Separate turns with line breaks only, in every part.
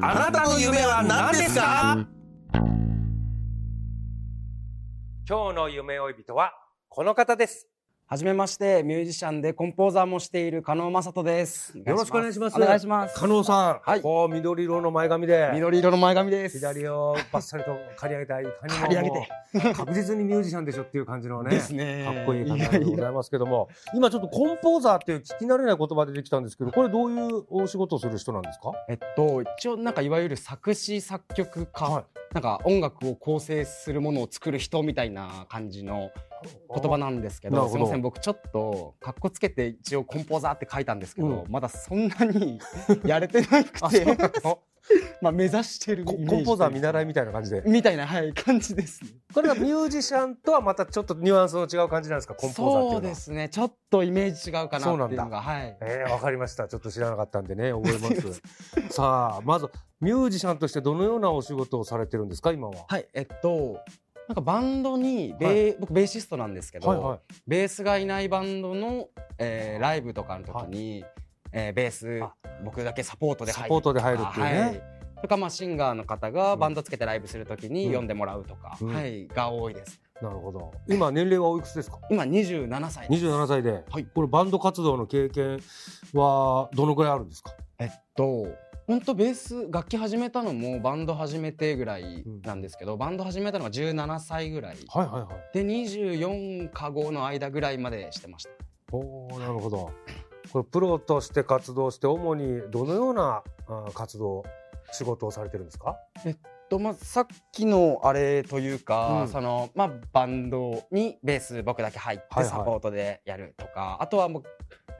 あなたの夢は何ですか
今日の夢追い人はこの方です
はじめまして、ミュージシャンでコンポーザーもしている加納正人です。よ
よろしくお願いします
お願いします。
加納さん、
はい
こう緑色の前髪で
緑色の前髪です。
左をバッサリと刈り上げたい感じ
刈り上げて。
確実にミュージシャンでしょっていう感じのね
ですね。
かっこいい
意
方
外
でございますけども今ちょっとコンポーザーっていう聞き慣れない言葉でできたんですけどこれどういうお仕事をする人なんですか
えっと、一応なんかいわゆる作詞作曲家、なんか音楽を構成するものを作る人みたいな感じの言葉なんですけ
なる
ど、
ほ
す
ど
みません、僕ちょっとかっこつけて一応コンポーザーって書いたんですけど、まだそんなにやれてな くて、
の
まあ目指してるイメ
コ
ージ
コンポーザー見習いみたいな感じで
みたいなはい感じですね。
これはミュージシャンとはまたちょっとニュアンスの違う感じなんですかコンポーザー
そ
って
う
いうの
で
は。
すね。ちょっとイメージ違うかなっていう
そう
のが、はい。
えー、わかりました。ちょっと知らなかったんでね、覚えます。 さあ、まず、ミュージシャンとしてどのようなお仕事をされてるんですか、今は。
はい、えっと、なんかバンドにベー、僕ベーシストなんですけど、
はいはい。
ベースがいないバンドの、えーライブとかの時に、えーベース
あ
僕だけサポートで
サ
入る
ポートで入
と
るっ
か
ていうね。
はい、とかまあシンガーの方がバンドつけてライブする時
う
に
ん
呼んでもらうとか、
うん
はいが多いです。
なるほど。今、年齢はおいくつですか
今27歳です。
?27 歳で。
はい
これ、バンド活動の経験は、どのくらいあるんですか
えっと本当ベース楽器始めたのもバンド始めてぐらいなんですけど、バンド始めたのが17歳ぐらい
はいはいはい。
で24か5の間ぐらいまでしてました。
おーなるほど。これ、プロとして活動して、主にどのようなあ活動、仕事をされてるんですか
とまあ、さっきのあれというか、
うん
そのまあ、バンドにベース僕だけ入っ
はい
て
はい
サポートでやるとか、あとはもう、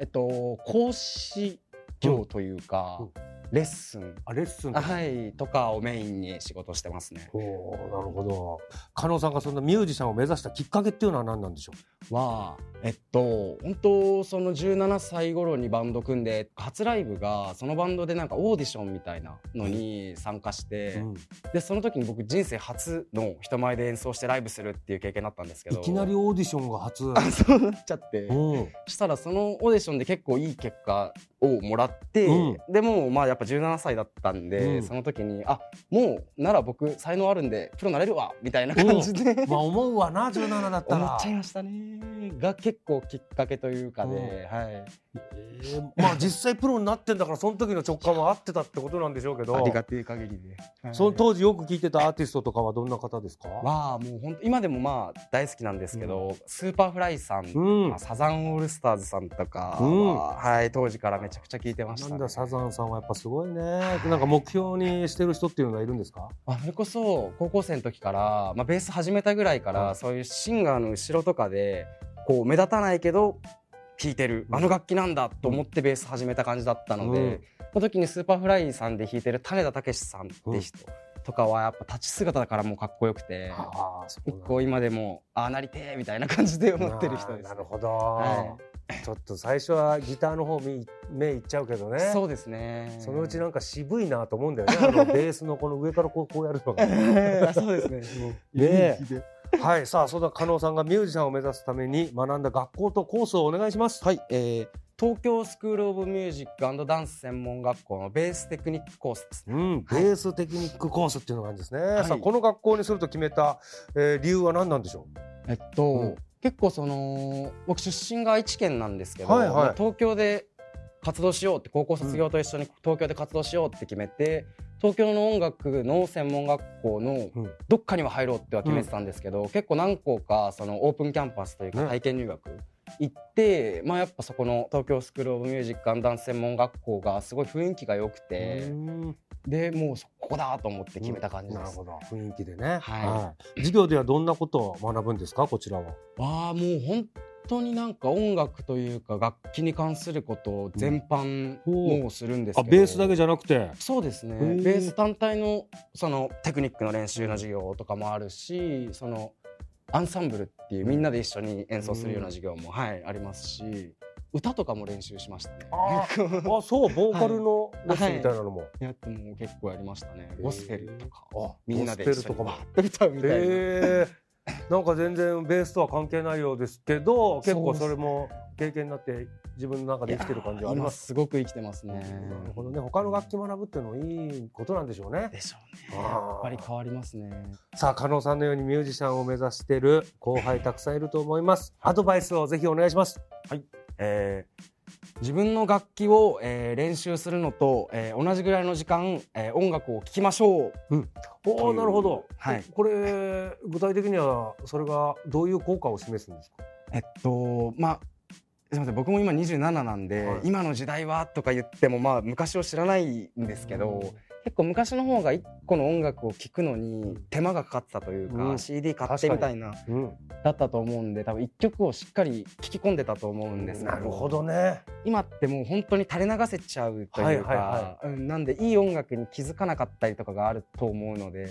えっと、講師業というか、
うんう
レッスン、
あ、レッスンとか
はい、とかをメインに仕事してますね。
おおなるほど。加納さんがそんなミュージシャンを目指したきっかけっていうのは何なんでしょ
はえっと本当その17歳頃にバンド組んで初ライブがそのバンドでなんかオーディションみたいなのに参加して、
う、
でその時に僕人生初の人前で演奏してライブするっていう経験だったんですけ
い
ど
きなりオーディションが初。
あそうなっちゃって
うん、
したらそのオーディションで結構いい結果をもらって、
うん
でもうまあやっぱ17歳だったん
う
で、
ん
その時にあもうなら僕才能あるんでプロなれるわみたいな感じで、
まあ思うわな17だった
思っ
ら
ちゃいましたねが結構きっかけというかで、
うん
はい
えーまあ実際プロになってんだからその時の直感は合ってたってことなんでしょうけど
ありがてえ限りで、はい
その当時よく聴いてたアーティストとかはどんな方ですか
はもう本当今でもまあ大好きなんですけど、スーパーフライさん、
うん
まあサザンオールスターズさんとかは、
うん
はい当時からめちゃくちゃ聞いてました、
な
ね、
んだサザンさんはやっぱすごいねなんか目標にしてる人っていうのはいるんですか
あそれこそ高校生の時から、まあ、ベース始めたぐらいから、
はい
そういうシンガーの後ろとかでこう目立たないけど弾いてる、
うん
あの楽器なんだと思ってベース始めた感じだったので、
うん
その時にスーパーフライさんで弾いてる種田武さんって人とかはやっぱ立ち姿だからもうかっこよくて、
ああそ
結構今でもああなりてえみたいな感じで思ってる人
あー
です、
なるほど、
は
ちょっと最初はギターの方目い目いっちゃうけどね
そうですね
そのうち
の
なんか渋いなと思うんだよねあのベースのこの上からこうこうやるのが。
そうですね
ねえはいさあそんな加納さんがミュージシャンを目指すために学んだ学校とコースをお願いします。
はい、えー東京スクール・オブ・ミュージックダンス専門学校のベーステクニックコースですね。
うん、ベーステクニックコースっていうのがあるんですね。
い
さあこの学校にすると決めた、えー理由は何なんでしょ
えっと、
うん
結構その僕出身が愛知県なんですけど、
はいはい
まあ東京で活動しようって高校卒業と一緒に東京で活動しようって決めて、東京の音楽の専門学校の
うん
どっかには入ろうっては決めてたんですけど、結構何校かそのオープンキャンパスというか
ね
体験入学行って、まあやっぱそこの東京スクール・オブ・ミュージック・アンダンス専門学校がすごい雰囲気が良くて、でもうそこだと思って決めた感じ
な
で
る
す。
ほど雰囲気でね、
は
い
い
授業ではどんなことを学ぶんですかこちらは
わあもう本当になんか音楽というか楽器に関すること全般
うんほう
もうするんですけ
あ
ど、
ベースだけじゃなくて
そうですね
ー
ベース単体のそのテクニックの練習の授業とかもあるしそのアンサンブルっていうみんなで一緒に演奏するような授業も、はい、ありますし歌とかも練習しましたね。
ああそうボーカルのレッスンみたいなのも、
やってもう結構やりましたね。ゴスペルとか
あ
みんなで
ゴ
一
スペ
緒
ルと
に
かも
バーって 歌うみたいな。
へえなんか全然ベースとは関係ないようですけど結構
そうですね
それも経験になって自分の中で生きてる感じはありま
今
す
すごく生きてますね。
なるほどね他の楽器学ぶっていうのもいいことなんでしょうね
でしょうね。
あー
やっぱり変わりますね。
さあ加納さんのようにミュージシャンを目指してる後輩たくさんいると思いますアドバイスをぜひお願いします
えー自分の楽器を、えー練習するのと、えー同じぐらいの時間、えー音楽を聴きましょう
おおなるほど、
はい
これ具体的にはそれがどういう効果を示すんですか
えっとまあすみません僕も今27なんで、
はい
今の時代はとか言ってもまあ昔を知らないんですけど、結構昔の方が一個の音楽を聴くのに手間がかかってたというか、
うん
CD 買ってみたいな
うん、
だったと思うんで多分一曲をしっかり聴き込んでたと思うんですけど
なるほどね
今ってもう本当に垂れ流せちゃうというか、
はいは
うんなんでいい音楽に気づかなかったりとかがあると思うので。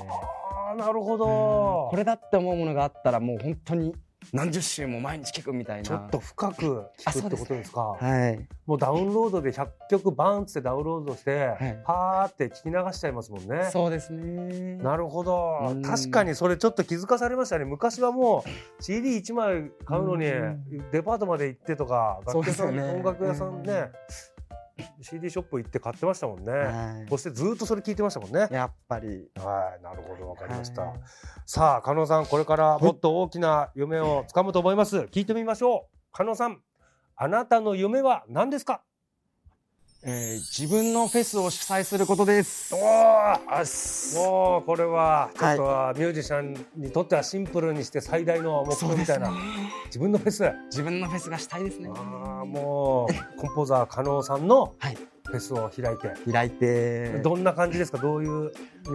ああなるほ
こ
ど
れだって思うものがあったらもう本当に何十週も毎日聞くみたいな
ちょっと深く
あ
聞くっ
そ
て
うで
こ
す
と
ね
ですか
はい
もうダウンロードで100曲バーンってダウンロードして、
い
パーって聞き流しちゃいますもんね。
そうですね
なるほど、
うん
確かにそれちょっと気づかされましたね昔はもう CD1 枚買うのに
うん
デパートまで行ってとか
そ
楽
う
器
で
屋さ
すよ
ん、
ね
音楽屋さんね、CD ショップ行って買ってましたもんね、
はい
そしてずっとそれ聞いてましたもんね
やっぱり
はいなるほどわかりました、
はい
さあ加納さんこれからもっと大きな夢をつかむと思います聞いてみましょう加納さんあなたの夢は何ですか
えー自分のフェスを主催することです
おーもうこれはちょっとはミュージシャンにとってはシンプルにして最大の目標みたいな、自分のフェスあ
自分のフェスがしたいですね
ーもうコンポーザー加納さんの
はい
フェスを開いて、
開いて
どんな感じですかどういうミュ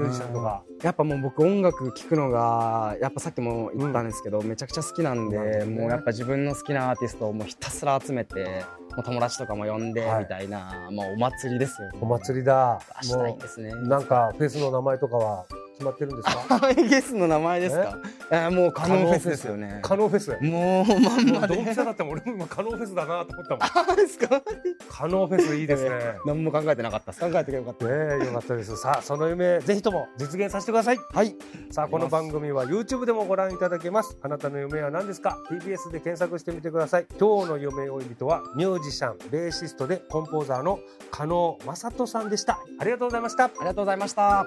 ージシャンとか、
やっぱもう僕音楽聴くのがやっぱさっきも言ったんですけど、めちゃくちゃ好きなんで
なるほどね
もうやっぱ自分の好きなアーティストをもうひたすら集めてもう友達とかも呼んで
はい
みたいな、もうお祭りですよね
お祭りだ
したい
も
ですね
うなんかフェスの名前とかは決まってるんですか
ハイゲスの名前ですかえーもうカノンフェスですよね
加納フェス
もうまん
も
ま
う
で
ドンピシャだったもん俺も今加納フェスだなと思ったもん
あですか
加納フェスいい ですねね
何も考えてなかったです考えてけばよかった
えよかったですさあその夢ぜひとも実現させてください
はい
さあこの番組は YouTube でもご覧いただけますあなたの夢は何ですか TBS で検索してみてください今日の夢追い人はミュージシャンベーシストでコンポーザーの加納正人さんでしたありがとうございました
ありがとうございました